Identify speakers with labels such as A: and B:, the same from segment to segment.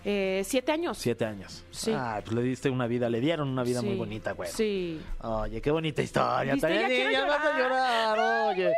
A: eh, siete años.
B: Siete años.
A: Sí.
B: Ay, pues le diste una vida, le dieron una vida muy
A: Sí,
B: bonita, güero.
A: Sí.
B: Oye, qué bonita historia.
A: ¿Viste?
B: Tania,
A: Ya
B: sí,
A: quiero
B: ya vas a
A: llorar.
B: llorar, oye.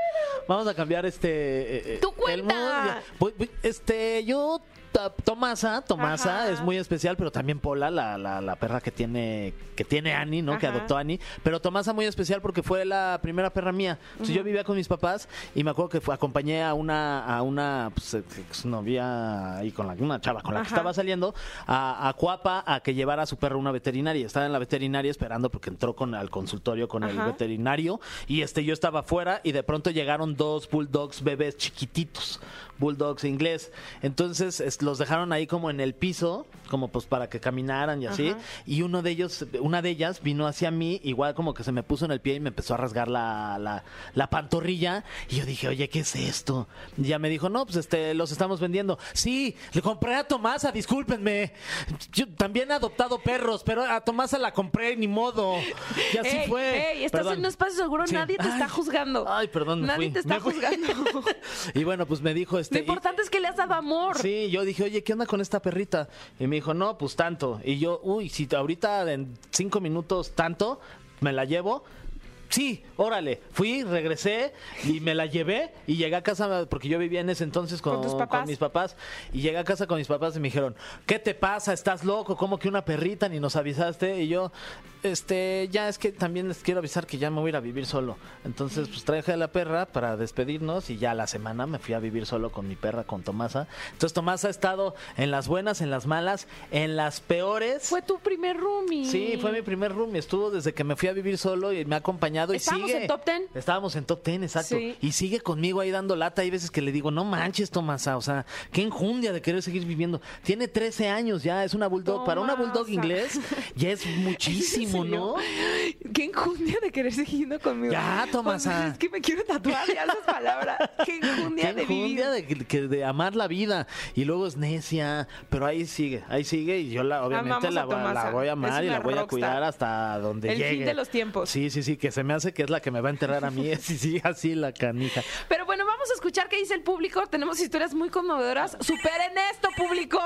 B: Vamos a cambiar este. eh, eh,
A: ¡Tú cuenta!
B: el mundo. Ya, voy- voy- Este, yo. ta- Tomasa, Tomasa
A: Ajá.
B: es muy especial, pero también Pola, la, la, la perra que tiene que tiene Annie, ¿no? Que
A: Ajá.
B: adoptó Annie. Pero Tomasa muy especial porque fue la primera perra mía. Entonces, Yo vivía con mis papás y me acuerdo que fue- acompañé a una a una pues, ex- novia y con la, una chava con la que
A: Ajá.
B: estaba saliendo a, a Cuapa a que llevara a su perro a una veterinaria. Estaba en la veterinaria esperando porque entró con al consultorio con el
A: Ajá.
B: veterinario y este yo estaba afuera y de pronto llegaron dos bulldogs bebés chiquititos, bulldogs inglés. Entonces es- los dejaron ahí como en el piso, como pues para que caminaran y así.
A: Ajá.
B: Y uno de ellos, una de ellas vino hacia mí, igual como que se me puso en el pie y me empezó a rasgar la, la, la pantorrilla. Y yo dije, oye, ¿qué es esto? Y ya me dijo, no, pues este, los estamos vendiendo. Sí, le compré a Tomasa, discúlpenme. Yo también he adoptado perros, pero a Tomasa la compré, ni modo. Y así
A: Ey,
B: fue.
A: ey, estás
B: Perdón.
A: en un espacio seguro,
B: Sí.
A: nadie te está
B: Ay,
A: juzgando.
B: Ay, perdón, me
A: Nadie
B: fui,
A: te está
B: me fui.
A: juzgando.
B: y bueno, pues me dijo este.
A: Lo importante es que le has dado amor.
B: Sí, yo dije, oye, ¿qué onda con esta perrita? Y me dijo, no, pues tanto. Y yo, uy, si te- ahorita en cinco minutos tanto, me la llevo. Sí, órale. Fui, regresé y me la llevé y llegué a casa, porque yo vivía en ese entonces con,
A: ¿Con tus papás?
B: con mis papás. Y llegué a casa con mis papás y me dijeron, ¿qué te pasa? ¿Estás loco? ¿Cómo que una perrita ni nos avisaste? Y yo, este, ya es que también les quiero avisar que ya me voy a ir a vivir solo. Entonces, pues traje a la perra para despedirnos y ya la semana me fui a vivir solo con mi perra, con Tomasa. Entonces, Tomasa ha estado en las buenas, en las malas, en las peores.
A: Fue tu primer roomie.
B: Sí, fue mi primer room. Estuvo desde que me fui a vivir solo y me ha acompañado y
A: Estábamos
B: sigue.
A: en top 10.
B: Estábamos en top ten, exacto.
A: Sí.
B: Y sigue conmigo ahí dando lata. Hay veces que le digo, no manches, Tomasa. O sea, qué enjundia de querer seguir viviendo. Tiene 13 años ya, es una bulldog. Para una bulldog
A: Tomasa.
B: inglés ya es muchísimo,
A: ¿En
B: ¿no?
A: serio? Qué enjundia de querer seguir conmigo.
B: Ya, Tomasa.
A: O sea, Es que me quiero tatuar ya esas palabras. Qué
B: Qué
A: enjundia de vivir.
B: enjundia de, que- que- de amar la vida. Y luego es necia. Pero ahí sigue, ahí sigue. Y yo la, obviamente
A: Amamos
B: la,
A: a
B: va- la
A: Tomasa.
B: voy a amar
A: Es
B: y la
A: una
B: voy a
A: rockstar.
B: cuidar hasta donde
A: El
B: llegue.
A: fin de los tiempos.
B: Sí, sí, sí. Que se me hace que es la que me va a enterrar a mí. Si sigue así la canija.
A: Pero bueno, vamos a escuchar qué dice el público. Tenemos historias muy conmovedoras. ¡Superen esto, público!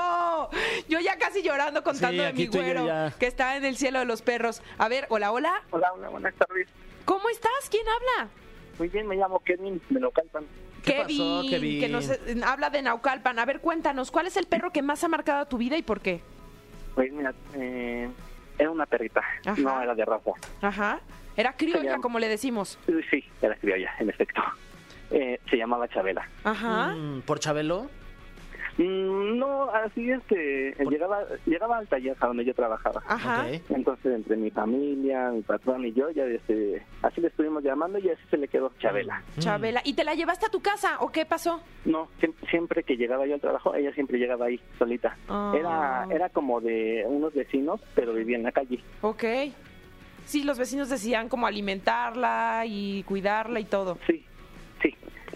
A: Yo ya casi llorando contando de
B: aquí
A: mi
B: tú y yo
A: güero
B: ya.
A: que está en el cielo de los perros. A ver, hola, hola.
C: Hola, hola, buenas tardes.
A: ¿Cómo estás? ¿Quién habla?
C: Muy bien, me llamo Kevin, me lo cantan.
B: ¿Qué pasó, Kevin?
A: que nos eh, habla de Naucalpan. A ver, cuéntanos, ¿cuál es el perro que más ha marcado tu vida y por qué?
C: Pues mira, eh, Era una perrita,
A: Ajá.
C: no era de raza.
A: Ajá. Era criolla,
C: Señor.
A: como le decimos.
C: Eh, Sí, era criolla, en efecto. Eh, se llamaba Chabela.
A: Ajá.
B: Mm, ¿Por Chabelo?
C: Mm, No, así es que llegaba, llegaba al taller a donde yo trabajaba.
A: Ajá.
B: Ok.
C: Entonces, entre mi familia, mi patrón y yo, ya este, así le estuvimos llamando y así se le quedó Chabela.
A: Chabela. ¿Y te la llevaste a tu casa o qué pasó?
C: No, siem- siempre que llegaba yo al trabajo, ella siempre llegaba ahí, solita.
A: Ah.
C: Era, era como de unos vecinos, pero vivía en la calle.
A: Ok. Sí, los vecinos decían como alimentarla y cuidarla y todo.
C: Sí, sí.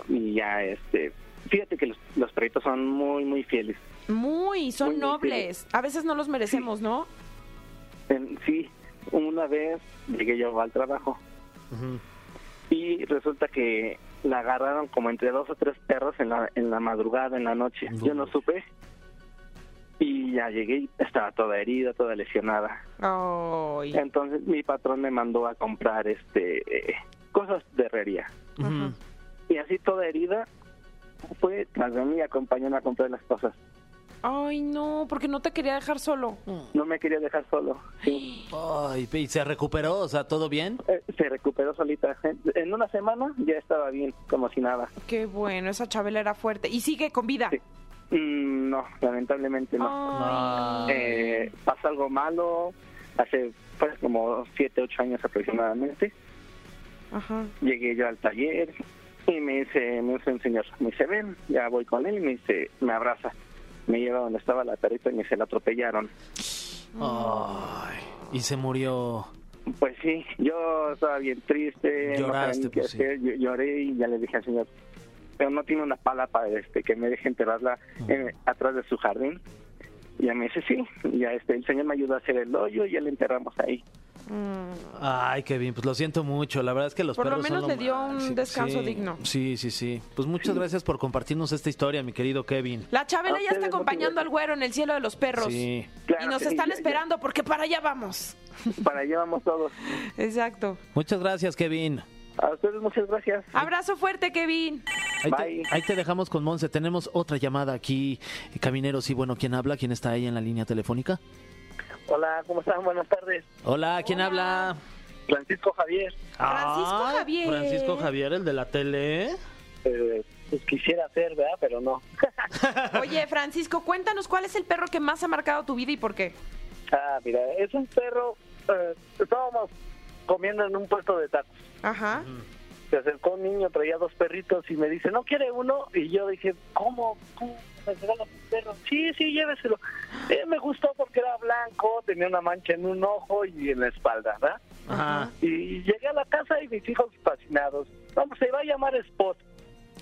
C: Y ya, este, fíjate que los, los perritos son muy, muy fieles.
A: Muy, son
C: Muy bien,
A: nobles. A veces no los merecemos, ¿no?
C: Em, Sí, una vez llegué yo al trabajo
B: Ujú.
C: y resulta que la agarraron como entre dos o tres perros en la, en la madrugada, en la noche.
B: No.
C: Yo no supe. Y ya llegué y estaba toda herida, toda lesionada.
A: Ay.
C: Entonces mi patrón me mandó a comprar este eh, cosas de herrería.
B: Ujú.
C: Y así toda herida fue tras de mí acompañarme a comprar las cosas.
A: Ay, no, porque no te quería dejar solo.
C: No me quería dejar solo. Sí.
A: Mm.
B: Ay, ¿y se recuperó? O sea, ¿todo bien?
C: Eh, se recuperó solita. En- En una semana ya estaba bien, como si nada.
A: Qué bueno, esa Chabela era fuerte. Y sigue con vida.
C: Sí. Mm, no, lamentablemente no.
A: Ay,
B: Ay.
C: Eh, pasó algo malo hace pues, como 7, 8 años aproximadamente.
A: Ajá.
C: Llegué yo al taller y me dice, me dice un señor, me dice, ven, ya voy con él y me dice, me abraza. Me lleva donde estaba la perrita y me dice, la atropellaron.
B: Ay, y se murió.
C: Pues sí, yo estaba bien triste. no sabía
B: Lloraste,
C: ni qué
B: pues sí.
C: hacer, yo- lloré y ya le dije al señor, pero no tiene una pala para este, que me deje enterrarla
B: Ah.
C: eh, atrás de su jardín. Y ya me dice, sí, y ya este, el señor me ayudó a hacer el hoyo y ya le enterramos ahí.
B: Ay, qué bien, pues lo siento mucho. La verdad es que los
A: Por lo
B: perros son
A: menos le dio un
B: máximo.
A: descanso
B: Sí,
A: digno.
B: Sí, sí, sí. Pues muchas gracias por compartirnos esta historia, mi querido Kevin.
A: La Chabela
C: A
A: ya está
C: Ah, ustedes,
A: acompañando
C: no te-
A: al güero en el cielo de los perros.
B: Sí.
C: Claro
A: y nos
C: que sí,
A: están
C: ya- ya-
A: esperando porque para allá vamos.
C: Para allá vamos todos.
A: Exacto.
B: Muchas gracias, Kevin.
C: A ustedes muchas gracias.
A: Abrazo fuerte, Kevin.
B: Ahí te,
C: Bye.
B: ahí te dejamos con Monse. Tenemos otra llamada aquí, Camineros. Y bueno, ¿quién habla? ¿Quién está ahí en la línea telefónica?
C: Hola, ¿cómo están? Buenas tardes.
B: Hola, ¿quién habla?
C: Francisco Javier.
A: Francisco
B: Ay,
A: Javier.
B: Francisco Javier, el de la tele.
C: Eh, pues quisiera ser, ¿verdad? Pero no.
A: Oye, Francisco, cuéntanos cuál es el perro que más ha marcado tu vida y por qué.
C: Ah, mira, es un perro. eh, estábamos comiendo en un puesto de tacos.
A: Ajá.
C: se acercó un niño, traía dos perritos y me dice, ¿no quiere uno? Y yo dije, ¿cómo? ¿Cómo me regalas un perro? Sí, sí, lléveselo. Eh, me gustó porque era blanco, tenía una mancha en un ojo y en la espalda, ¿verdad?
B: Ajá.
C: Y llegué a la casa y mis hijos fascinados. Vamos, se va a llamar Spot.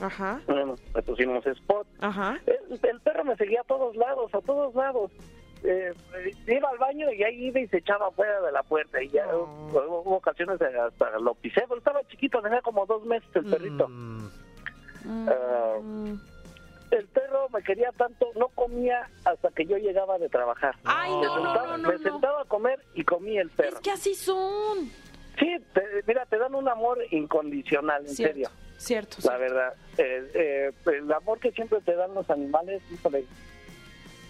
A: Ajá.
C: Bueno, le pusimos Spot.
A: Ajá.
C: El, Eh, el perro me seguía a todos lados, a todos lados. Eh, iba al baño y ahí iba y se echaba fuera de la puerta. Y ya
A: Oh.
C: hubo, hubo ocasiones hasta lo pisé, pero estaba chiquito, tenía como dos meses el perrito.
B: Mm,
C: Ah,
A: Mm,
C: el perro me quería tanto, no comía hasta que yo llegaba de trabajar.
A: Ay, no,
C: me
A: no,
C: sentaba,
A: no, no,
C: me
A: no.
C: sentaba a comer y comía el perro.
A: Es que así son.
C: Sí, te- mira, te dan un amor incondicional, en
A: Cierto, pues
C: serio.
A: Cierto.
C: La
A: cierto.
C: verdad, Eh, eh, el amor que siempre te dan los animales, híjole,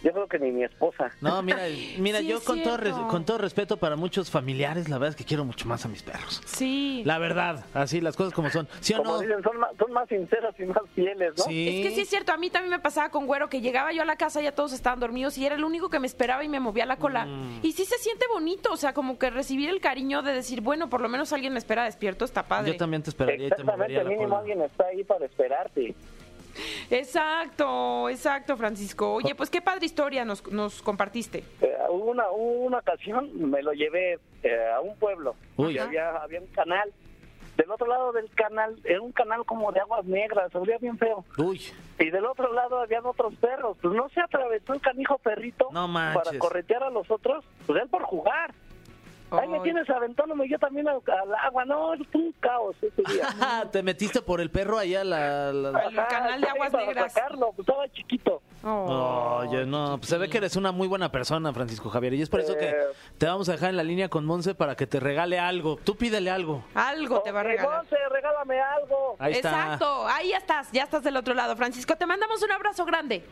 C: yo creo que ni mi esposa.
B: No, mira, mira
A: Sí,
B: yo
A: es
B: con todo, res-
A: cierto.
B: con todo respeto para muchos familiares, la verdad es que quiero mucho más a mis perros.
A: Sí.
B: La verdad, así las cosas como son. ¿Sí o
C: Como
B: no?
C: dicen, son más, son más sinceros y más fieles, ¿no?
B: Sí.
A: Es que sí es cierto, a mí también me pasaba con Güero que llegaba yo a la casa ya todos estaban dormidos y era el único que me esperaba y me movía la cola. Y sí se siente bonito, o sea, como que recibir el cariño de decir, bueno, por lo menos alguien me espera despierto, está padre.
B: Yo también te esperaría y te
C: Exactamente,
B: movería la
C: mínimo
B: cola.
C: alguien está ahí para esperarte.
A: Exacto, exacto, Francisco. Oye, pues qué padre historia nos, nos compartiste.
C: Eh, hubo una, hubo una ocasión me lo llevé eh, a un pueblo.
B: Uy.
C: que Había, había un canal. Del otro lado del canal, era un canal como de aguas negras, olía bien feo.
B: Uy,
C: Y del otro lado habían otros perros. Pues no se atravesó el canijo perrito
B: No manches.
C: para corretear a los otros. Pues él por jugar. Ahí me
A: Ay.
C: tienes aventándome yo también al, al agua. No, es un caos ese día.
B: te metiste por el perro allá a la... la-
A: Al canal de
C: sí,
A: aguas
C: para
A: negras.
C: sacarlo, pues, estaba chiquito.
B: Oye, no, pues se ve que eres una muy buena persona, Francisco Javier, y es por eso que
C: Eh.
B: te vamos a dejar en la línea con Monse para que te regale algo. Tú pídele algo.
A: Algo te va a
C: Oye,
A: regalar.
C: Monse, regálame algo.
B: Ahí está.
A: Exacto, ahí ya estás, ya estás del otro lado. Francisco, te mandamos un abrazo grande.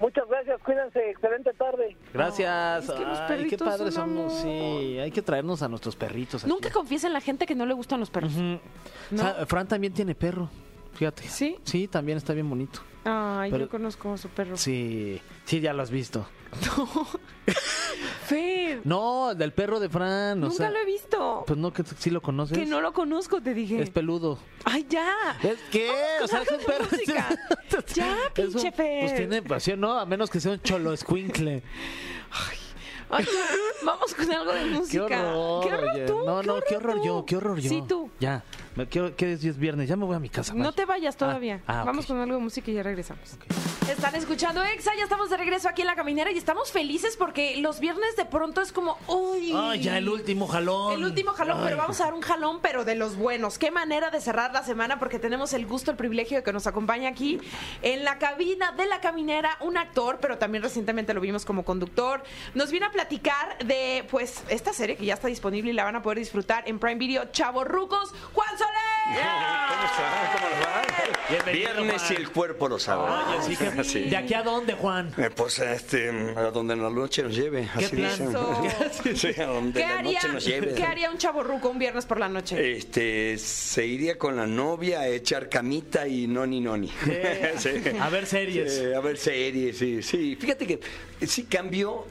C: Muchas gracias, cuídense, excelente tarde.
B: Gracias.
A: Ay, es que los
B: Ay, qué
A: perritos
B: padres
A: son
B: somos.
A: amor.
B: Sí, hay que traernos a nuestros perritos. aquí.
A: Nunca confíes en la gente que no le gustan los perros.
B: Ujú.
A: ¿No?
B: Sa- Fran también tiene perro. Fíjate.
A: ¿Sí?
B: Sí, también está bien bonito.
A: Ay,
B: Pero-
A: yo conozco a su perro.
B: Sí, sí, ya lo has visto.
A: Fer,
B: No, el del perro de Fran. o
A: nunca
B: sea,
A: lo he visto.
B: Pues no, que sí lo conoces.
A: que no lo conozco, te dije.
B: Es peludo.
A: Ay, ya.
B: ¿Es qué?
A: Vamos
B: o sea, es
A: con
B: un perro.
A: música. Ya,
B: Es un-
A: pinche Fer.
B: Pues tiene pasión, ¿no? A menos que sea un cholo escuincle.
A: Ay, ya. Vamos con algo de música.
B: Qué horror.
A: ¿Qué horror
B: oye.
A: tú?
B: No, no, qué horror
A: tú?
B: yo, qué horror yo.
A: Sí, tú.
B: Ya. Me quiero, ¿Qué es? Ya es viernes. Ya me voy a mi casa.
A: No
B: vaya.
A: te vayas todavía.
B: Ah, ah, ok.
A: Vamos con algo de música y ya regresamos. Están escuchando Exa, ya estamos de regreso aquí en La Caminera y estamos felices porque los viernes de pronto es como, uy.
B: Ay, ya el último jalón.
A: El último jalón, pero
B: Ay.
A: vamos a dar un jalón, pero de los buenos. Qué manera de cerrar la semana, porque tenemos el gusto, el privilegio de que nos acompañe aquí en la cabina de la caminera un actor, pero también recientemente lo vimos como conductor. Nos viene a platicar de, pues, esta serie que ya está disponible y la van a poder disfrutar en Prime Video, Chavos Rucos, Juan Soler.
D: ¿Cómo están? ¿Cómo les va?
B: Bienvenido,
D: Viernes y
B: Juan.
D: el cuerpo lo sabe.
B: Así que,
D: Así.
B: ¿de aquí a dónde, Juan?
D: Eh, Pues este, a donde la noche nos lleve.
B: ¿Qué
D: así dicen.
A: pienso?
D: Sí, a donde
A: ¿Qué
D: la
A: haría,
D: noche nos lleve.
A: qué haría un chaborruco un viernes por la noche?
D: Este, se iría con la novia a echar camita y noni noni. Sí.
B: A ver series.
D: Sí, a ver series, sí, sí. Fíjate que eh, sí cambió.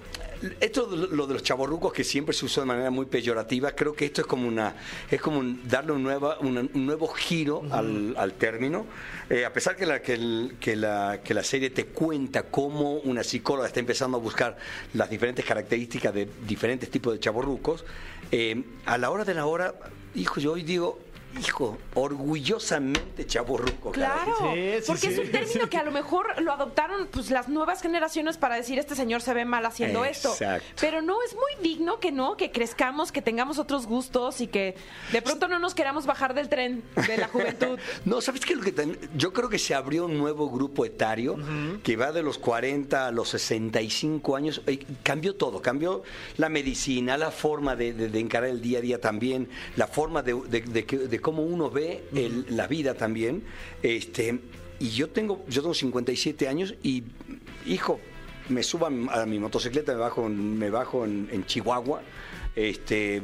D: Esto de lo- lo de los chaborrucos que siempre se usó de manera muy peyorativa, creo que esto es como una es como un- darle un, nueva, una- un nuevo giro al, al término. Eh, a pesar que la, que, el- que la, que la serie te cuenta cómo una psicóloga está empezando a buscar las diferentes características de diferentes tipos de chaborrucos, eh, a la hora de la hora, hijo, yo hoy digo, hijo, orgullosamente chaborruco. caray.
A: Claro,
B: Sí, sí,
A: porque es
B: sí.
A: un término que a lo mejor lo adoptaron pues las nuevas generaciones para decir este señor se ve mal haciendo
D: Exacto.
A: esto. Pero no es muy digno que no, que crezcamos, que tengamos otros gustos y que de pronto no nos queramos bajar del tren de la juventud.
D: No, ¿sabes qué? Lo que tam- yo creo que se abrió un nuevo grupo etario que va de los 40 a los 65 años. Eh, cambió todo, cambió la medicina, la forma de, de- de encarar el día a día también, la forma de, de- de que- de cómo uno ve el- la vida también. Este, y yo tengo, yo tengo 57 años y, hijo, me subo a mi- a mi motocicleta, me bajo, en- me bajo en, en Chihuahua. Este,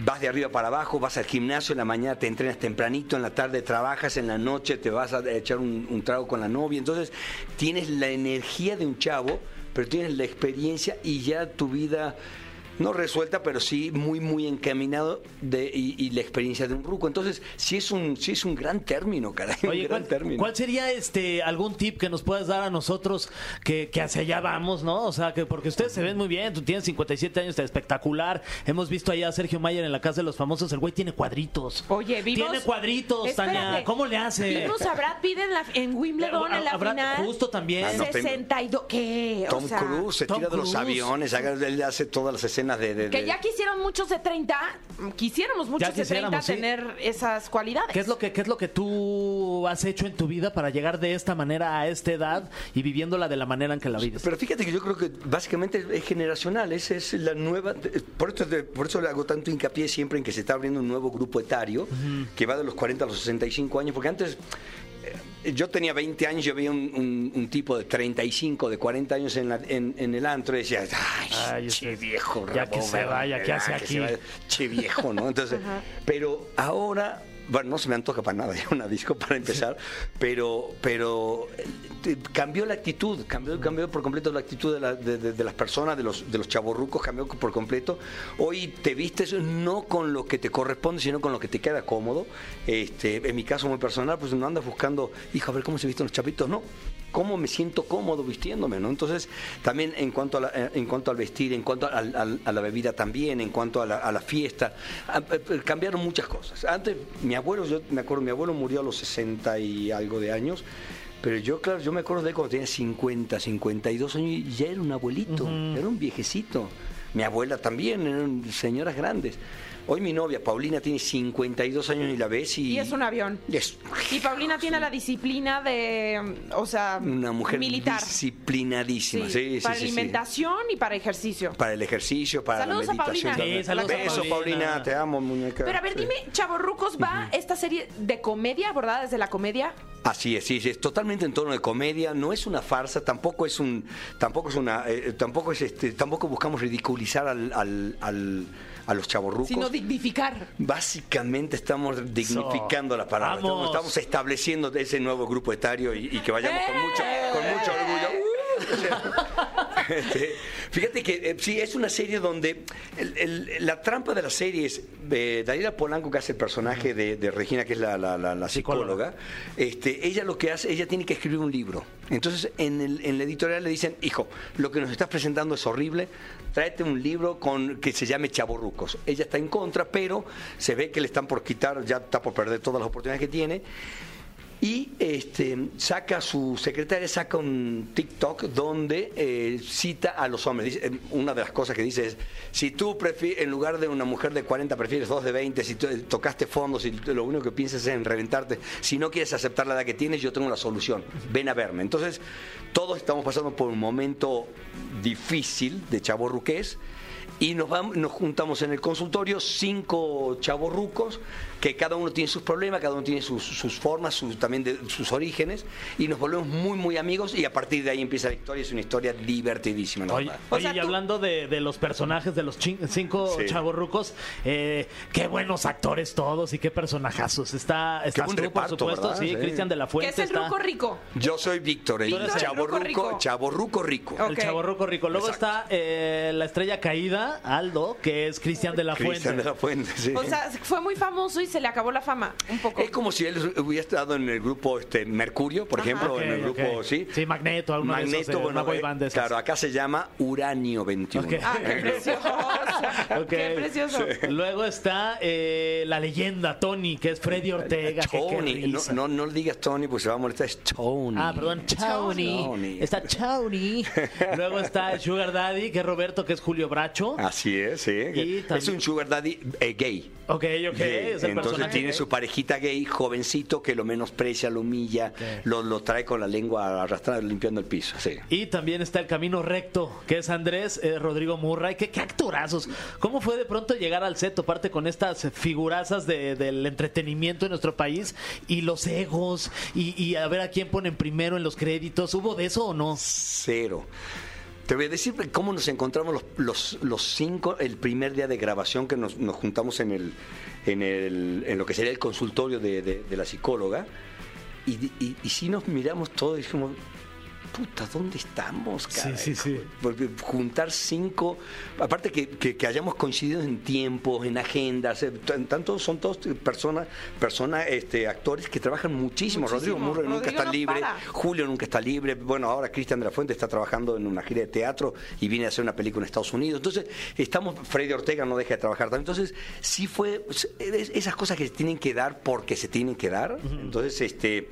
D: Vas de arriba para abajo, vas al gimnasio, en la mañana te entrenas tempranito, en la tarde trabajas, en la noche te vas a echar un, un trago con la novia. Entonces tienes la energía de un chavo, pero tienes la experiencia y ya tu vida, no resuelta, pero sí muy, muy encaminado de, y, y la experiencia de un ruco. Entonces sí es un, sí es un gran término, caray.
B: Oye,
D: un gran
B: ¿cuál,
D: término.
B: cuál sería este algún tip que nos puedas dar a nosotros que, que hacia allá vamos, ¿no? O sea, que porque ustedes se ven muy bien, tú tienes 57 años, está espectacular. Hemos visto allá a Sergio Mayer en la casa de los famosos, el güey tiene cuadritos.
A: Oye, vimos-
B: Tiene cuadritos, Tania.
A: Espérate.
B: ¿Cómo le hace?
A: Vimos a Brad Pitt en, la- en Wimbledon en la
B: Habrá-
A: final.
B: Justo también.
D: Ah, no, pero-
A: 62. ¿Qué? O
D: Tom
A: sea,
D: Cruise se
B: Tom
D: tira de los
B: Cruise.
D: aviones, haga- él hace todas las escenas de... de-
A: Que
D: de-
A: ya quisieron muchos de 30, quisiéramos muchos de 30
B: quisiéramos, sí.
A: tener esas cualidades.
B: ¿Qué es, lo que, ¿Qué es lo que tú has hecho en tu vida para llegar de esta manera a esta edad y viviéndola de la manera en que la vives?
D: Pero fíjate que yo creo que básicamente es generacional, es, es la nueva, por eso, te- por eso le hago tanto hincapié siempre en que se está abriendo un nuevo grupo etario que va de los 40 a los 65 años, porque antes eh, yo tenía 20 años, yo veía un, un- un tipo de 35, de 40 años en, la- en- en el antro y decía, ay,
B: Ay,
D: che
B: este,
D: viejo,
B: ya que
D: Ramón,
B: se vaya, ¿qué hace
D: que se
B: aquí?
D: vaya, Che viejo, ¿no? Entonces, pero ahora... Bueno, no se me antoja para nada ya una disco para empezar, pero, pero eh, te- cambió la actitud, cambió, cambió por completo la actitud de, la- de- de- de las personas, de los, de los chavorrucos, cambió por completo. Hoy te vistes no con lo que te corresponde, sino con lo que te queda cómodo. Este, en mi caso muy personal, pues no andas buscando, hijo, a ver cómo se visten los chapitos, no. ¿Cómo me siento cómodo vistiéndome? ¿no? Entonces, también en cuanto, a la- eh, en cuanto al vestir, en cuanto al- al- a la bebida también, en cuanto a la, a la fiesta, a- a- cambiaron muchas cosas. Antes, mi abuelo, yo me acuerdo, mi abuelo murió a los 60 y algo de años. Pero yo, claro, yo me acuerdo de él cuando tenía 50, 52 años y ya era un abuelito, era un viejecito. Mi abuela también, eran señoras grandes. Hoy mi novia, Paulina, tiene 52 años y la ves y...
A: Y es un avión.
D: Es
A: Y Paulina tiene la disciplina de, mm, o sea,
D: una mujer
A: militar.
D: disciplinadísima. Sí, sí,
A: para
D: sí, sí.
A: alimentación y para ejercicio.
D: Para el ejercicio, para
A: Saludos
D: la
A: a
D: meditación.
A: Paulina.
D: también.
B: Sí, saludos a
D: Beso,
B: Paulina.
D: Paulina. Te amo, muñeca.
A: Pero a ver,
D: Sí.
A: dime, Chavorrucos, ¿va esta serie de comedia, abordada desde la comedia?
D: Así es, sí, sí, es totalmente en tono de comedia, no es una farsa, tampoco es un, tampoco es una, eh, tampoco es este, tampoco buscamos ridiculizar al, al- al- a los chavorrucos.
E: Sino dignificar.
D: Básicamente estamos dignificando la palabra, estamos,
B: Vamos.
D: estamos estableciendo ese nuevo grupo etario y, y que vayamos con mucho, con mucho orgullo. Este, Fíjate que eh, sí, es una serie donde el- el- la trampa de la serie es eh, Daniela Polanco, que hace el personaje de, de Regina, que es la, la- la- la psicóloga, este, ella lo que hace, ella tiene que escribir un libro. Entonces en, el- en la editorial le dicen, hijo, lo que nos estás presentando es horrible, tráete un libro con, que se llame Chaborrucos. Ella está en contra, pero se ve que le están por quitar, ya está por perder todas las oportunidades que tiene. Y este, saca su secretaria, saca un TikTok donde eh, cita a los hombres. Dice, eh, una de las cosas que dice es, si tú prefi- en lugar de una mujer de 40 prefieres dos de 20, si tú, eh, tocaste fondo, si tú lo único que piensas es en reventarte, si no quieres aceptar la edad que tienes, yo tengo la solución, ven a verme. Entonces, todos estamos pasando por un momento difícil de chavo y nos, vamos- nos juntamos en el consultorio cinco chavorrucos que cada uno tiene sus problemas, cada uno tiene sus, sus formas, sus, también de- sus orígenes y nos volvemos muy muy amigos y a partir de ahí empieza la historia, es una historia divertidísima. la
B: Oye,
D: verdad.
B: oye, y hablando de, de los personajes de los chin- cinco
D: Sí.
B: chavorrucos, eh, qué buenos actores todos y qué personajazos. Está, estás
D: buen
B: tú,
D: reparto,
B: por supuesto,
D: ¿verdad?
B: sí,
D: Sí.
B: Cristian de la
A: Que
B: Fuente.
A: es el
B: está-
A: ruco rico.
D: Yo soy Víctor, el
B: Tú eres el
D: chavorruco,
A: ruco rico.
D: chavorruco rico.
A: Ok.
B: El chavorruco rico. Luego
D: Exacto.
B: está eh, la estrella caída, Aldo, que es Cristian de la Fuente.
D: Cristian de la Fuente, sí.
A: O sea, fue muy famoso y se le acabó la fama, un poco.
D: es como si él hubiera estado en el grupo este, Mercurio, por ejemplo,
B: Ok,
D: en el grupo,
B: ok.
D: sí.
B: Sí, Magneto, alguno de esos,
D: Magneto,
B: eh,
D: bueno,
B: una boy
D: eh,
B: band de esas.
D: claro, acá se llama Uranio 21.
B: Ok.
A: Ah, qué precioso.
B: Ok.
A: Qué precioso.
B: Luego está eh, la leyenda, Tony, que es Freddy Ortega. que qué
D: Tony, no,
B: risa.
D: no, no le digas Tony porque se va a molestar, es Tony.
B: Ah, perdón, Chauny.
D: Chauny.
B: Está Chauny. Luego está el Sugar Daddy, que es Roberto, que es Julio Bracho.
D: Así es, sí.
B: Y
D: Es
B: también-
D: un sugar daddy eh, gay.
B: Ok, ok,
D: Gay.
B: es el
D: Entonces
B: personaje.
D: tiene su parejita gay, jovencito, que lo menosprecia, lo humilla, lo, lo trae con la lengua arrastrada, limpiando el piso. Sí.
B: Y también está el camino recto, que es Andrés eh, Rodrigo Murray. ¿Qué, qué actorazos! ¿Cómo fue de pronto llegar al set, toparte con estas figurazas de- del entretenimiento en nuestro país y los egos y, y a ver a quién ponen primero en los créditos? ¿Hubo de eso o no?
D: Cero. Te voy a decir cómo nos encontramos los, los- los cinco el primer día de grabación que nos, nos juntamos en, el, en, el, en lo que sería el consultorio de, de- de la psicóloga. Y, y, si nos miramos todos y dijimos, puta, ¿dónde estamos? caray?"
B: sí, sí.
D: Porque juntar cinco, aparte que, que- que hayamos coincidido en tiempos, en agendas, eh, t- tanto son todos personas, personas, este, actores que trabajan muchísimo. Rodrigo
A: Muchísimo.
D: Murray
A: Rodrigo
D: nunca está
A: no
D: libre.
A: para.
D: Julio nunca está libre. Bueno, ahora Cristian de la Fuente está trabajando en una gira de teatro y viene a hacer una película en Estados Unidos. Entonces, estamos, Freddy Ortega no deja de trabajar también. Entonces, sí fue es- esas cosas que se tienen que dar porque se tienen que dar. Entonces, este,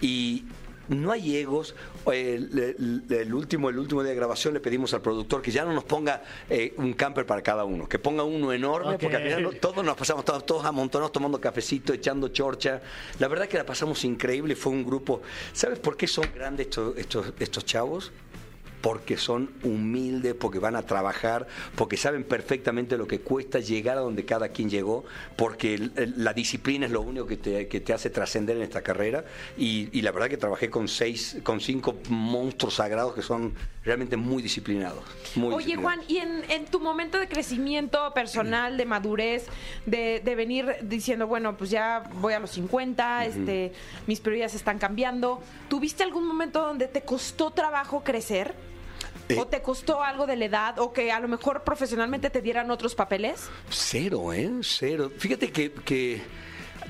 D: y no hay egos. El, el- el último, el último día de grabación le pedimos al productor que ya no nos ponga eh, un camper para cada uno, que ponga uno enorme,
B: Ok.
D: porque al final no- todos nos pasamos, todos, todos amontonados tomando cafecito, echando chorcha. La verdad que la pasamos increíble, fue un grupo. ¿Sabes por qué son grandes estos, estos, estos chavos? Porque son humildes, porque van a trabajar, porque saben perfectamente lo que cuesta llegar a donde cada quien llegó, porque el- el- la disciplina es lo único que te, que te hace trascender en esta carrera. Y, y la verdad que trabajé con seis, con cinco monstruos sagrados que son realmente muy disciplinados. muy
A: Oye,
D: disciplinados.
A: Juan, y en, en tu momento de crecimiento personal, de madurez, de, de venir diciendo, bueno, pues ya voy a los 50, este, mis prioridades están cambiando, ¿tuviste algún momento donde te costó trabajo crecer?
D: Eh.
A: ¿O te costó algo de la edad? ¿O que a lo mejor profesionalmente te dieran otros papeles?
D: Cero, ¿eh? Cero. Fíjate que, que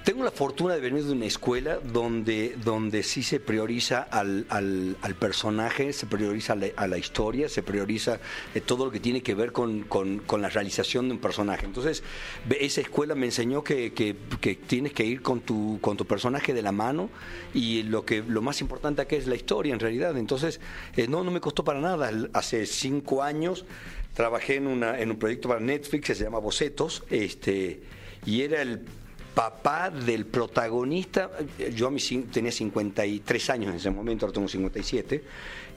D: tengo la fortuna de venir de una escuela donde, donde sí se prioriza al, al- al personaje, se prioriza a la, a la historia, se prioriza eh, todo lo que tiene que ver con, con- con la realización de un personaje. Entonces, ve- esa escuela me enseñó que, que- que tienes que ir con tu, con tu personaje de la mano y lo, que, lo más importante aquí es la historia, en realidad. Entonces, eh, no, no me costó para nada. Hace cinco años Trabajé en, una, en un proyecto para Netflix que se llama Bocetos, este, y era el papá del protagonista. Yo a mis cin- tenía 53 años en ese momento, ahora tengo 57.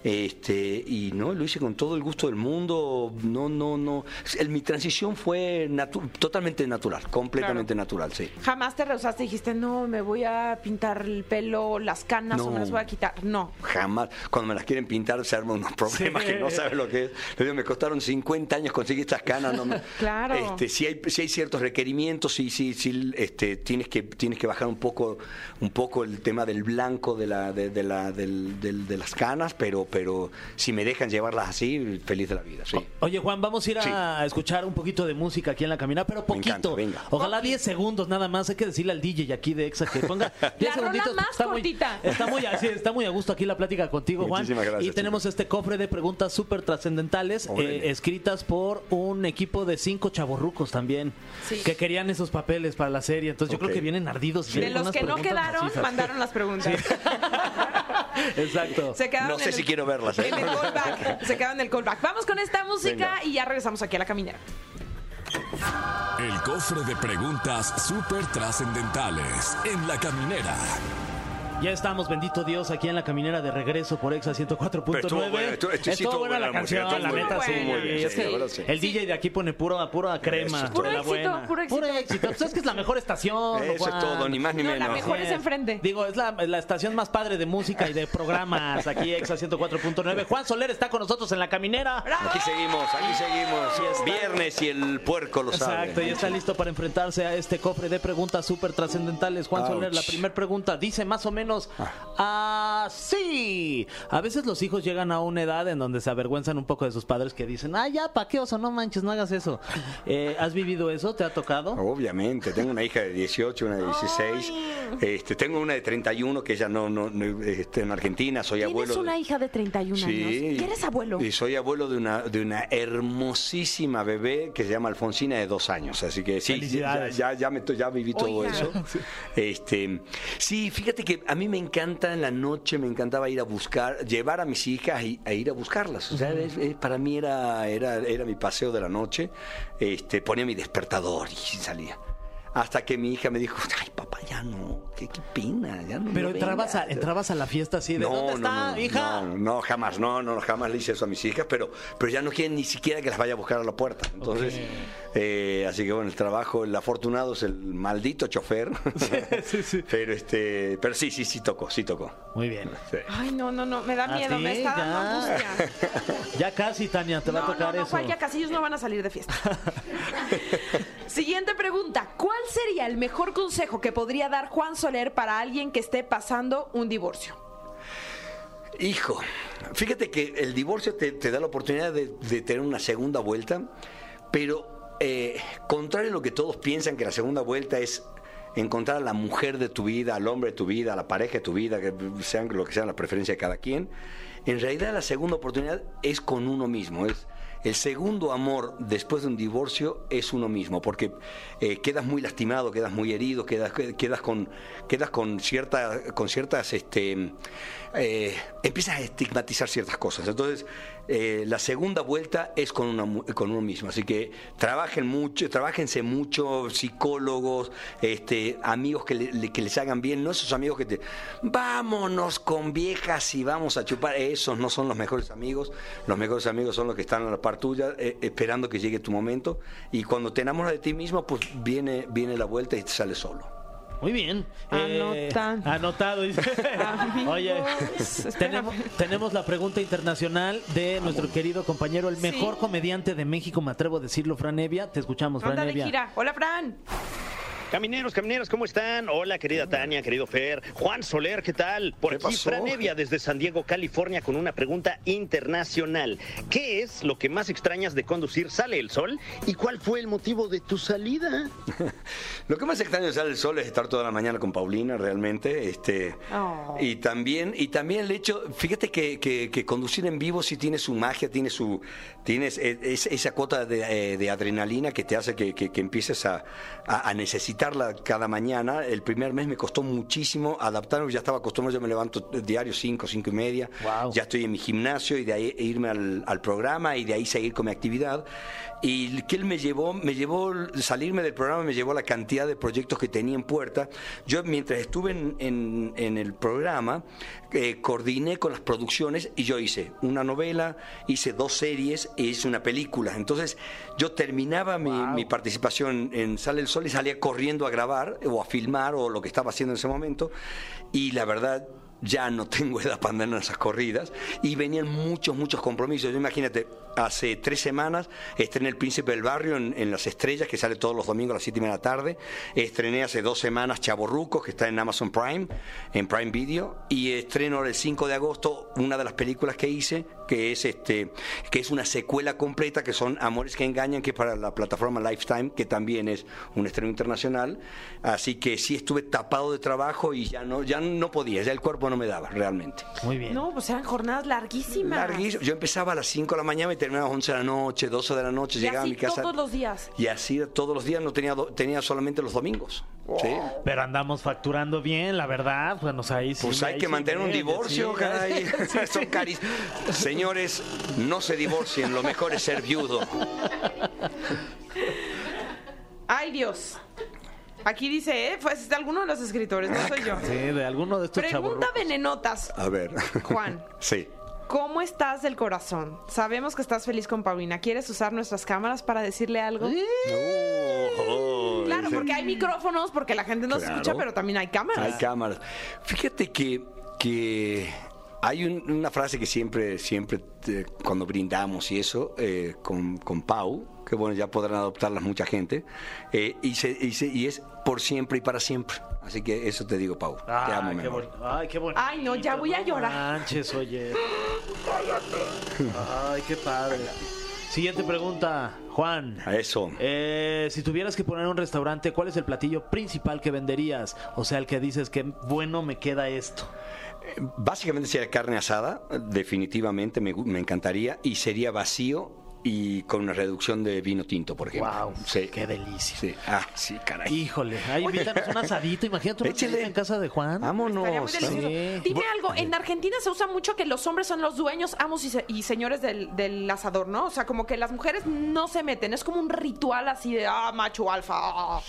D: Este, y no, lo hice con todo el gusto del mundo. No, no, no. El- mi transición fue natu- totalmente natural, completamente natural, sí.
A: Jamás te rehusaste y dijiste, no, me voy a pintar el pelo, las canas
D: No.
A: o me las voy a quitar. No.
D: Jamás. Cuando me las quieren pintar se arman unos problemas que no sabes lo que es. Le digo, me costaron 50 años conseguir estas canas. No me-
A: Claro.
D: Este, si, hay, si hay ciertos requerimientos, sí, sí, sí, este, tienes que tienes que bajar un poco un poco el tema del blanco de la de, de la del- del- de las canas, pero pero si me dejan llevarlas así, feliz de la vida. Sí.
B: Oye, Juan, vamos a ir a
D: Sí.
B: escuchar un poquito de música aquí en la caminada, pero
D: Me encanta,
B: poquito.
D: venga.
B: Ojalá 10 segundos nada más. Hay que decirle al DJ aquí de Exa que ponga
A: rola
B: 10 segunditos.
A: más
B: está, muy,
A: cortita.
B: está, muy, así, está muy a gusto aquí la plática contigo, Juan.
D: Muchísimas gracias,
B: Y tenemos este cofre de preguntas súper trascendentales
D: Órale.
B: eh, escritas por un equipo de cinco chavorrucos también
A: Sí.
B: que querían esos papeles para la serie. Entonces yo creo
D: Ok.
B: que vienen ardidos. y
A: De
B: vienen
A: los
B: unas
A: que no
B: preguntas
A: quedaron,
B: macizas.
A: mandaron las preguntas.
B: Exacto.
A: Se quedaron
D: No
A: en
D: sé
A: el-
D: si quiero verlas. ¿eh?
A: En el callback. Se quedaron en el callback. Vamos con esta música
D: Venga.
A: y ya regresamos aquí a la caminera.
F: El cofre de preguntas súper trascendentales en la caminera.
B: Ya estamos, bendito Dios, aquí en la caminera de regreso por Exa 104.9.
D: Pero estuvo buena, estuvo- estuvo- sí,
B: Estuvo
D: estuvo
B: buena la,
D: buena la
B: canción,
D: música,
B: la
D: estuvo
B: neta, sí.
A: muy buena, muy bien,
B: Es
A: sí,
B: que
A: la verdad, sí.
B: El DJ de aquí pone puro, a pura crema.
D: es
B: puro,
A: todo.
B: la
A: Puro éxito,
B: buena.
A: puro éxito.
B: Pues es que es la mejor estación.
D: Eso
B: Juan.
D: es todo, ni más ni
A: No, la
D: menos.
A: mejor es enfrente.
B: Digo, es la, la estación más padre de música y de programas aquí, Exa 104.9. Juan Soler está con nosotros en la caminera.
D: Aquí seguimos, aquí seguimos. Viernes y el puerco lo sabe.
B: Exacto, ya está listo para enfrentarse a este cofre de preguntas súper trascendentales. Juan
D: Ouch. Ah.
B: Soler, la primera pregunta dice más o menos así. A veces los hijos llegan a una edad en donde se avergüenzan un poco de sus padres que dicen, ah, ya, pa' qué oso, no manches, no hagas eso. Eh, ¿Has vivido eso? ¿Te ha
D: Oh,
B: tocado?
D: Obviamente, tengo una hija de 18, una de 16. Este, tengo una de 31 que ella no, no, no, este, en Argentina, soy
E: ¿Tienes
D: abuelo. de-
E: una hija de 31
D: Sí.
E: años? ¿Que eres abuelo?
D: Y soy abuelo de una, de una hermosísima bebé que se llama Alfonsina de dos años. Así que sí, ya,
B: Felicidades.
D: ya, ya, me to- ya viví todo
A: Oiga.
D: eso. Este, sí, fíjate que a mí me encanta en la noche, me encantaba ir a buscar, llevar a mis hijas y, a ir a buscarlas. O sea, es- es- para mí era, era, era mi paseo de la noche. Este, ponía mi despertador y salía. Hasta que mi hija me dijo, ay papá, ya no, qué, qué pena, ya no.
B: Pero
D: no
B: entrabas a,
D: vengas".
B: entrabas a la fiesta así de, ¿dónde está,
D: no,
B: hija?
D: No, no, jamás, no, no, no, jamás le hice eso a mis hijas, pero, pero ya no quieren ni siquiera que las vaya a buscar a la puerta. Entonces, eh, así que bueno, el trabajo, el afortunado es el maldito chofer.
B: sí, sí.
D: Pero este, pero sí, sí, sí tocó, sí tocó.
B: Muy bien.
D: Sí.
A: Ay, no, no, no. Me da
B: ¿A
A: miedo.
B: ti?
A: Me está dando
B: Ya.
A: angustia.
B: Ya casi, Tania, te va a
A: no,
B: tocar
A: no, no,
B: eso.
A: Juan, ya Casillos no van a salir de fiesta. Siguiente pregunta. ¿Cuál sería el mejor consejo que podría dar Juan Soler para alguien que esté pasando un divorcio?
D: Hijo, fíjate que el divorcio te, te da la oportunidad de, de tener una segunda vuelta, pero eh, contrario a lo que todos piensan que la segunda vuelta es encontrar a la mujer de tu vida, al hombre de tu vida, a la pareja de tu vida, que sean lo que sea la preferencia de cada quien, en realidad la segunda oportunidad es con uno mismo, es el segundo amor después de un divorcio es uno mismo, porque eh, quedas muy lastimado, quedas muy herido, quedas, quedas con, quedas con, cierta, con ciertas, este, eh, empiezas a estigmatizar ciertas cosas. Entonces, eh, la segunda vuelta es con, una mu- con uno mismo. Así que trabajen mucho, trabajense mucho, psicólogos, este, amigos que, le- le- que les hagan bien, no esos amigos que te, vámonos con viejas y vamos a chupar, esos no son los mejores amigos, los mejores amigos son los que están a la par tuya, eh, esperando que llegue tu momento, y cuando te enamoras de ti mismo, pues viene, viene la vuelta y te sale solo.
B: Muy bien. Eh,
A: Anota.
B: anotado. dice.
A: Amigos,
B: Oye,
A: espérame.
B: tenemos, tenemos la pregunta internacional de nuestro querido compañero, el mejor comediante de México, me atrevo a decirlo, Fran Evia. Te escuchamos, Fran
A: Anda de
B: Evia.
A: gira. Hola, Fran.
G: Camineros, camineros, ¿cómo están? Hola, querida Tania, querido Fer. Juan Soler, ¿qué tal? Por
D: ¿Qué
G: aquí,
D: pasó?
G: Fran Evia, desde San Diego, California, con una pregunta internacional. ¿Qué es lo que más extrañas de conducir Sale el Sol? ¿Y cuál fue el motivo de tu salida?
D: Lo que más extraño de Sale el Sol es estar toda la mañana con Paulina, realmente. Este,
A: Oh.
D: y, también, y también el hecho, fíjate que, que- que conducir en vivo sí tiene su magia, tiene, su, e, tiene es- es- esa cuota de, eh, de adrenalina que te hace que, que- que empieces a, a- a necesitar quitarla cada mañana. El primer mes me costó muchísimo adaptarme, ya estaba acostumbrado, yo me levanto diario 5, 5 y media,
B: Wow.
D: ya estoy en mi gimnasio y de ahí e irme al, al programa y de ahí seguir con mi actividad. Y que él me llevó, me llevó, salirme del programa me llevó la cantidad de proyectos que tenía en puerta. Yo mientras estuve en, en- en el programa, eh, coordiné con las producciones y yo hice una novela, hice dos series e hice una película. Entonces yo terminaba mi, mi participación en Sale el Sol y salía corriendo a grabar o a filmar o lo que estaba haciendo en ese momento. Y la verdad ya no tengo edad para andar en esas corridas y venían muchos, muchos compromisos. Yo imagínate, hace tres semanas estrené El Príncipe del Barrio en, en Las Estrellas, que sale todos los domingos a las 7 de la tarde. Estrené hace dos semanas Chaborrucos, que está en Amazon Prime, en Prime Video. Y estreno ahora el 5 de agosto una de las películas que hice, que es, este, que es una secuela completa, que son Amores que Engañan, que es para la plataforma Lifetime, que también es un estreno internacional. Así que sí estuve tapado de trabajo y ya no, ya no podía, ya el cuerpo no me daba realmente.
B: Muy bien.
A: No, pues eran jornadas larguísimas.
D: Larguísimo. Yo empezaba a las 5 de la mañana y terminaba a las 11 de la noche, 12 de la noche,
A: Y
D: llegaba
A: así
D: a mi casa.
A: todos los días.
D: Y así todos los días, no tenía, do- tenía solamente los domingos.
B: Oh.
D: ¿sí?
B: Pero andamos facturando bien, la verdad. Bueno, o sea, ahí sí,
D: Pues hay
B: ahí
D: que
B: sí,
D: mantener un
B: bien,
D: divorcio,
B: sí,
D: caray. Son caris. Señores, no se divorcien, lo mejor es ser viudo.
A: Ay, Dios. Aquí dice, ¿eh? Pues de alguno de los escritores, no soy yo.
B: Sí, de alguno de estos
A: Pregunta
B: chavorrucos.
A: venenotas,
D: A ver.
A: Juan.
D: Sí.
A: ¿Cómo estás del corazón? Sabemos que estás feliz con Paulina. ¿Quieres usar nuestras cámaras para decirle algo?
D: Oh,
A: Claro,
D: ese-
A: porque hay micrófonos, porque la gente nos
D: Claro.
A: escucha, pero también hay cámaras.
D: Hay cámaras. Fíjate que, que hay un- una frase que siempre, siempre te- cuando brindamos y eso, eh, con, con Pau, que bueno, ya podrán adoptarlas mucha gente, eh, y, se- y se- y es por siempre y para siempre. Así que eso te digo, Pau. te amo,
B: Ay,
D: mi
B: Ah, qué
D: amor.
B: bonito. Ay, qué bonito.
A: Ay, no, ya voy a llorar.
B: Manches, oye. Ay, qué padre. Siguiente pregunta, Juan.
D: A eso.
B: Eh, si tuvieras que poner un restaurante, ¿cuál es el platillo principal que venderías? O sea, el que dices que bueno me queda esto.
D: Básicamente sería carne asada, definitivamente me, gu- me encantaría, y sería vacío y con una reducción de vino tinto, por ejemplo.
B: Guau,
D: Sí.
B: qué delicia.
D: Sí. Ah, sí, caray.
B: Híjole, ahí invítanos un asadito, imagínate una
D: Échele.
B: comida en casa de Juan.
A: Estaría muy
D: Vámonos.
A: delicioso.
B: Sí.
A: Dime algo, en Argentina se usa mucho que los hombres son los dueños, amos y, se- y señores del, del asador, ¿no? O sea, como que las mujeres no se meten, es como un ritual así de, ah, macho alfa. ah".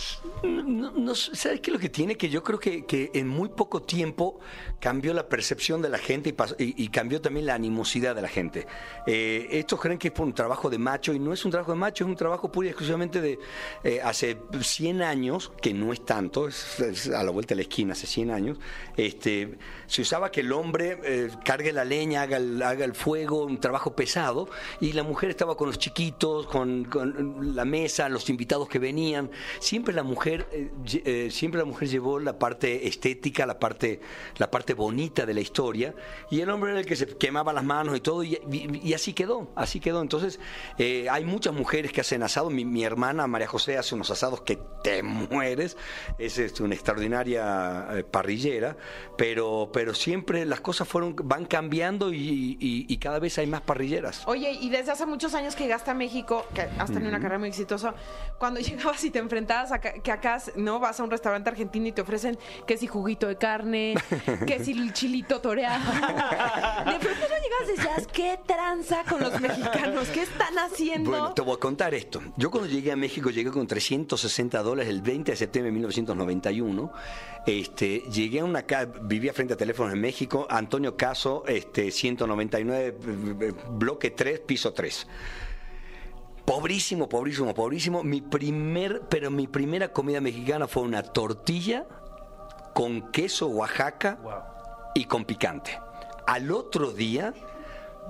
D: No, no sé, ¿Sabes qué es lo que tiene? Que yo creo que, que en muy poco tiempo cambió la percepción de la gente y, pasó- y- y cambió también la animosidad de la gente. Eh, estos creen que es por un trabajo de macho y no es un trabajo de macho, es un trabajo pura y exclusivamente de eh, hace 100 años, que no es tanto, es, es a la vuelta de la esquina, hace 100 años, este, se usaba que el hombre eh, cargue la leña, haga el, haga el fuego, un trabajo pesado, y la mujer estaba con los chiquitos, con, con la mesa, los invitados que venían. Siempre la mujer, eh, lle- eh, siempre la mujer llevó la parte estética, la parte, la parte bonita de la historia, y el hombre era el que se quemaba las manos y todo, y, y- y así quedó, así quedó. Entonces, eh, hay muchas mujeres que hacen asado. Mi, mi hermana María José hace unos asados que te mueres. Es, este, una extraordinaria eh, parrillera, pero, pero siempre las cosas fueron, van cambiando y- y- y cada vez hay más parrilleras.
A: Oye, y desde hace muchos años que llegaste a México, que has tenido una carrera muy exitosa, cuando llegabas y te enfrentabas a ca- que acá, ¿no? Vas a un restaurante argentino y te ofrecen que si juguito de carne, que si el chilito toreado. De pronto no llegabas y decías, ¿qué tranza con los mexicanos? ¿Qué están haciendo?
D: Bueno, te voy a contar esto. Yo cuando llegué a México llegué con 360 dólares el 20 de septiembre de 1991. Este, llegué a una casa, vivía frente a teléfonos en México, Antonio Caso, este, 199, eh, eh, bloque 3, piso 3. Pobrísimo, pobrísimo, pobrísimo. Mi primer, pero mi primera comida mexicana fue una tortilla con queso Oaxaca y con picante. Al otro día,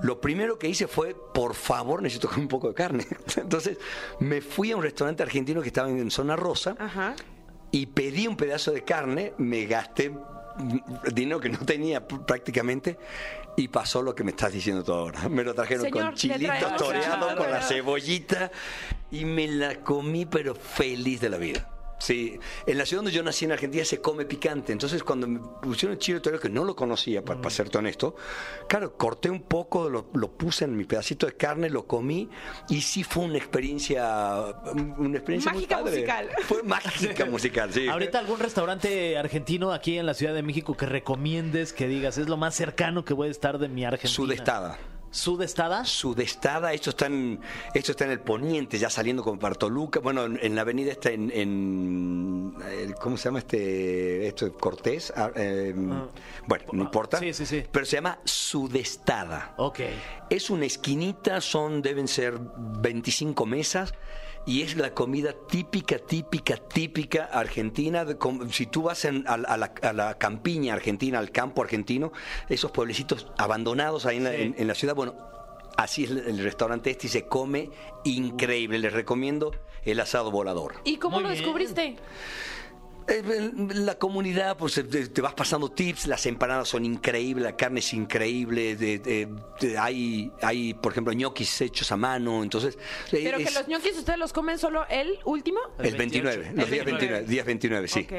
D: lo primero que hice fue, por favor, necesito comer un poco de carne. Entonces, me fui a un restaurante argentino que estaba en zona rosa
A: Ajá.
D: y pedí un pedazo de carne, me gasté mm, dinero que no tenía pr- prácticamente y pasó lo que me estás diciendo tú ahora. Me lo trajeron
A: Señor,
D: con
A: le
D: chilito
A: traemos-
D: toreado,
A: Claro.
D: con la cebollita y me la comí pero feliz de la vida. Sí, en la ciudad donde yo nací en Argentina se come picante, entonces cuando me pusieron chile torero, que no lo conocía,
A: Mm.
D: para, para serte honesto, claro, corté un poco, lo, lo puse en mi pedacito de carne, lo comí y sí fue una experiencia, una experiencia
A: Mágica
D: muy padre.
A: musical.
D: Fue mágica musical, sí.
B: Ahorita algún restaurante argentino aquí en la Ciudad de México que recomiendes que digas, es lo más cercano que voy a estar de mi Argentina.
D: Sudestada.
B: ¿Sudestada?
D: Sudestada, esto está en, esto está en el poniente, ya saliendo con Bartoluca, bueno, en, en la avenida está en, en- el- ¿cómo se llama este? Esto Cortés, ah, eh, bueno, no importa.
B: sí, sí, sí.
D: Pero se llama Sudestada.
B: Ok.
D: Es una esquinita, son deben ser 25 mesas y es la comida típica, típica, típica argentina. de com- Si tú vas en- a, la- a la, a la campiña argentina, al campo argentino, esos pueblecitos abandonados ahí en la,
B: Sí.
D: en- en la ciudad, bueno, así es el, el restaurante este y se come increíble. Les recomiendo el asado volador.
A: ¿Y cómo
B: Muy
A: lo
B: bien.
A: descubriste?
D: Eh, eh, La comunidad, pues eh, te te vas pasando tips, las empanadas son increíbles, la carne es increíble, de- de- de- hay, hay, por ejemplo, ñoquis hechos a mano, entonces... eh,
A: Pero que
D: es
A: los ñoquis ustedes los comen solo el último.
D: El 29, los días 29, días 29, sí.
A: Ok.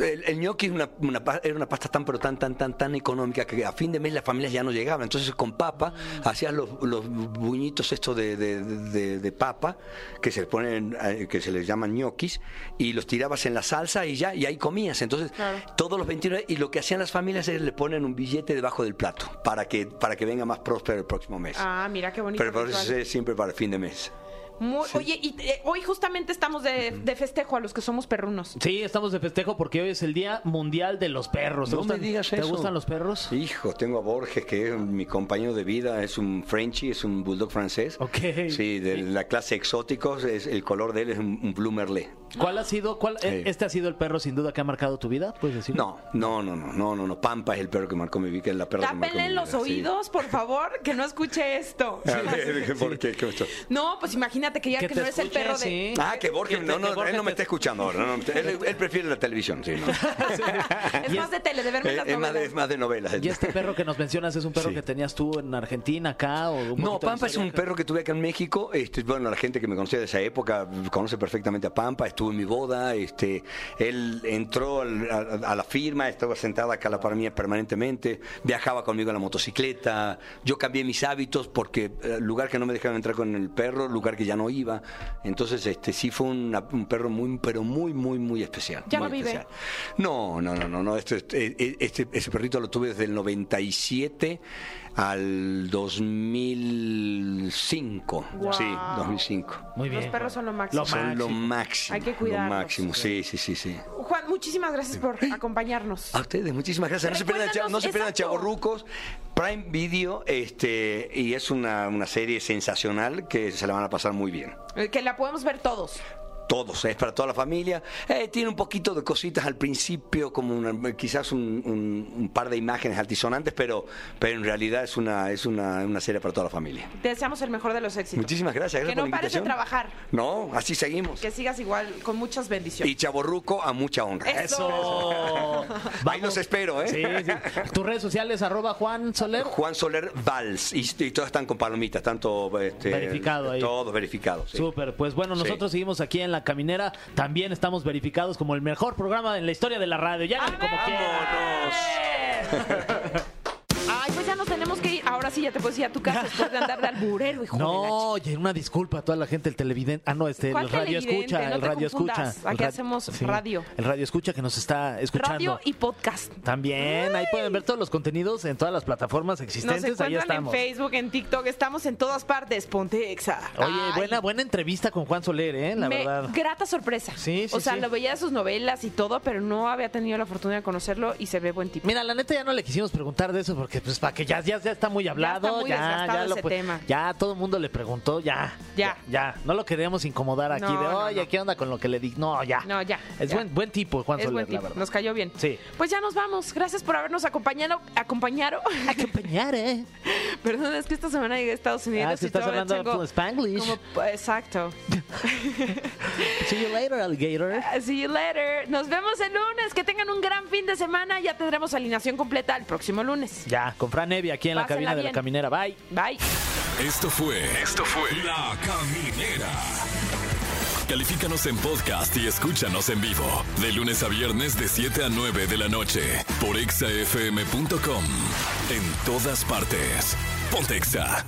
D: El, el ñoqui es una, una pa- era una pasta tan, pero tan, tan, tan, tan económica que a fin de mes las familias ya no llegaban. Entonces con papa hacías los, los buñitos estos de, de- de- de papa, que se, ponen, eh, que se les llaman ñoquis, y los tirabas en la salsa y ya, y ahí comías. Entonces todos los 29, y lo que hacían las familias es le ponen un billete debajo del plato para que, para que venga más próspero el próximo mes.
A: Ah, mira qué bonito.
D: pero pues, por eso
A: ritual.
D: es siempre para fin de mes.
A: Muy- Oye, y eh, hoy justamente estamos de, de festejo a los que somos perrunos.
B: Sí, estamos de festejo porque hoy es el Día Mundial de los Perros. ¿Te,
D: No me
B: gustan,
D: digas
B: ¿te
D: eso.
B: gustan los perros?
D: Hijo, tengo a Borges, que es mi compañero de vida, es un Frenchie, es un bulldog francés.
B: Ok.
D: Sí, de la clase exóticos, es, el color de él es un, un blue merlé.
B: ¿Cuál ha sido, cuál,
D: Sí.
B: este ha sido el perro sin duda que ha marcado tu vida? Pues ¿Puedes decir?
D: No, no, no, no, no, no, no. Pampa es el perro que marcó mi vida, que es la perra que marcó mi
A: Tápenle
D: vida,
A: los
D: sí.
A: oídos, por favor, que no escuche esto.
D: A ver, ¿por qué? ¿Qué pasó?
A: No, pues imagínate que ya que,
B: te
A: no eres el
B: escuche,
A: perro de.
B: sí.
D: Ah, que Borges,
B: Que-
D: no,
B: Este, que
D: no,
B: Borges
D: él no me
B: te-
D: está escuchando ahora. no, no, él, él prefiere la televisión, sí, no.
A: Es más de tele, de verme
D: Eh,
A: las
D: es, más de,
A: novelas.
D: es más de novelas.
B: ¿Y este perro que nos mencionas es un perro
D: Sí.
B: que tenías tú en Argentina, acá? O un poquito
D: No,
B: de
D: Pampa es
B: historia
D: un
B: acá?
D: perro que tuve acá en México. Este, bueno, la gente que me conocía de esa época conoce perfectamente a Pampa. Estuvo en mi boda. Este, él entró al- a, a la firma, estaba sentada acá a la par mía permanentemente. Viajaba conmigo en la motocicleta. Yo cambié mis hábitos porque eh, lugar que no me dejaban entrar con el perro, lugar que ya no iba. Entonces, este, sí fue una- un perro muy, pero muy, muy, muy especial.
A: Ya
D: muy
A: no vive.
D: especial. No, no, no, no, no. Este, este, este- ese perrito lo tuve desde el 97 al 2005.
A: Guau.
D: Sí, 2005.
B: Muy bien.
A: Los perros son lo máximo.
B: Lo
D: Son lo
B: máximo.
D: máximo.
A: Hay que cuidarlos.
D: Lo máximo, sí, sí, sí, sí.
A: Juan, muchísimas gracias por acompañarnos.
D: A ustedes, muchísimas gracias. No se pierdan, Cha- no se pierdan
A: Recuérdanos,
D: Chavorrucos. Prime Video, este, y es una, una serie sensacional que se la van a pasar muy bien.
A: Eh, Que la podemos ver todos.
D: todos, es para toda la familia. Eh, tiene un poquito de cositas al principio, como una- quizás un, un- un par de imágenes altisonantes, pero, pero en realidad es una, es una, una serie para toda la familia.
A: Te deseamos el mejor de los éxitos.
D: Muchísimas gracias.
A: Que
D: gracias
A: no
D: por la
A: pares de
D: invitación.
A: trabajar.
D: No, así seguimos.
A: Que sigas igual con muchas bendiciones.
D: Y Chaborruco a mucha honra. ¿eh?
A: Eso.
B: Eso.
D: Ahí los espero, ¿eh?
B: Sí, sí. Tus redes sociales, arroba Juan Soler.
D: Juan Soler Valls. Y, y todos están con palomitas, tanto. Este,
B: Verificado ahí.
D: Todos verificados. sí.
B: Súper, pues bueno,
D: Sí.
B: nosotros seguimos aquí en La Caminera. También estamos verificados como el mejor programa en la historia de la radio.
A: Ah,
B: Ya, como quieran.
A: Ay, pues ya nos tenemos que ir. Ahora sí ya te puedes ir a tu casa después de andar de alburero, hijo de la
B: No, oye, una disculpa a toda la gente, el televidente. Ah, no, este,
A: ¿Cuál
B: el radio
A: televidente?
B: escucha,
A: No
B: el
A: te
B: radio escucha.
A: confundas.
B: El
A: Aquí
B: ra-
A: hacemos radio.
B: El radio escucha que nos está
A: ch-
B: escuchando.
A: Radio y podcast.
B: También, ahí pueden ver todos los contenidos en todas las plataformas
A: Nos
B: existentes. Ahí
A: encuentran en
B: estamos.
A: Facebook, en TikTok, estamos en todas partes. Ponte exa.
B: Oye,
A: Ay,
B: buena, buena entrevista con Juan Soler, ¿eh? La
A: me-
B: verdad.
A: Grata sorpresa.
B: Sí, sí,
A: O sea,
B: sí.
A: lo veía de sus novelas y todo, pero no había tenido la fortuna de conocerlo y se ve buen tipo.
B: Mira, la neta ya no le quisimos preguntar de eso porque pues para que ya, ya, ya está muy hablado,
A: muy
B: ya,
A: desgastado
B: lo
A: ese
B: pues,
A: tema.
B: ya todo el mundo le preguntó, ya,
A: Ya.
B: ya, no lo queríamos incomodar aquí
A: No,
B: de,
A: no,
B: oye,
A: no.
B: ¿qué onda con lo que le di? No, ya,
A: No, ya,
B: es
A: ya.
B: buen buen tipo Juan
A: es
B: Soler,
A: buen
B: la
A: tipo.
B: verdad.
A: Nos cayó bien.
B: Sí.
A: Pues ya nos vamos. Gracias por habernos acompañado. acompañado.
B: Acompañar, ¿eh?
A: Perdón, es que esta semana llegué a Estados Unidos.
B: Ah, es que
A: y
B: estás
A: todavía
B: hablando
A: tengo
B: Spanglish.
A: como- exacto.
B: See you later, alligator.
A: Ah, See you later. Nos vemos el lunes. Que tengan un gran fin de semana. Ya tendremos alineación completa el próximo lunes.
B: Ya, con Fran Evia aquí en la
A: Pásenla
B: cabina de la
A: bien.
B: caminera. Bye.
A: Bye.
F: Esto fue. Esto fue. La Caminera. Califícanos en podcast y escúchanos en vivo. De lunes a viernes de 7 a 9 de la noche. Por exafm.com. En todas partes. Pontexa.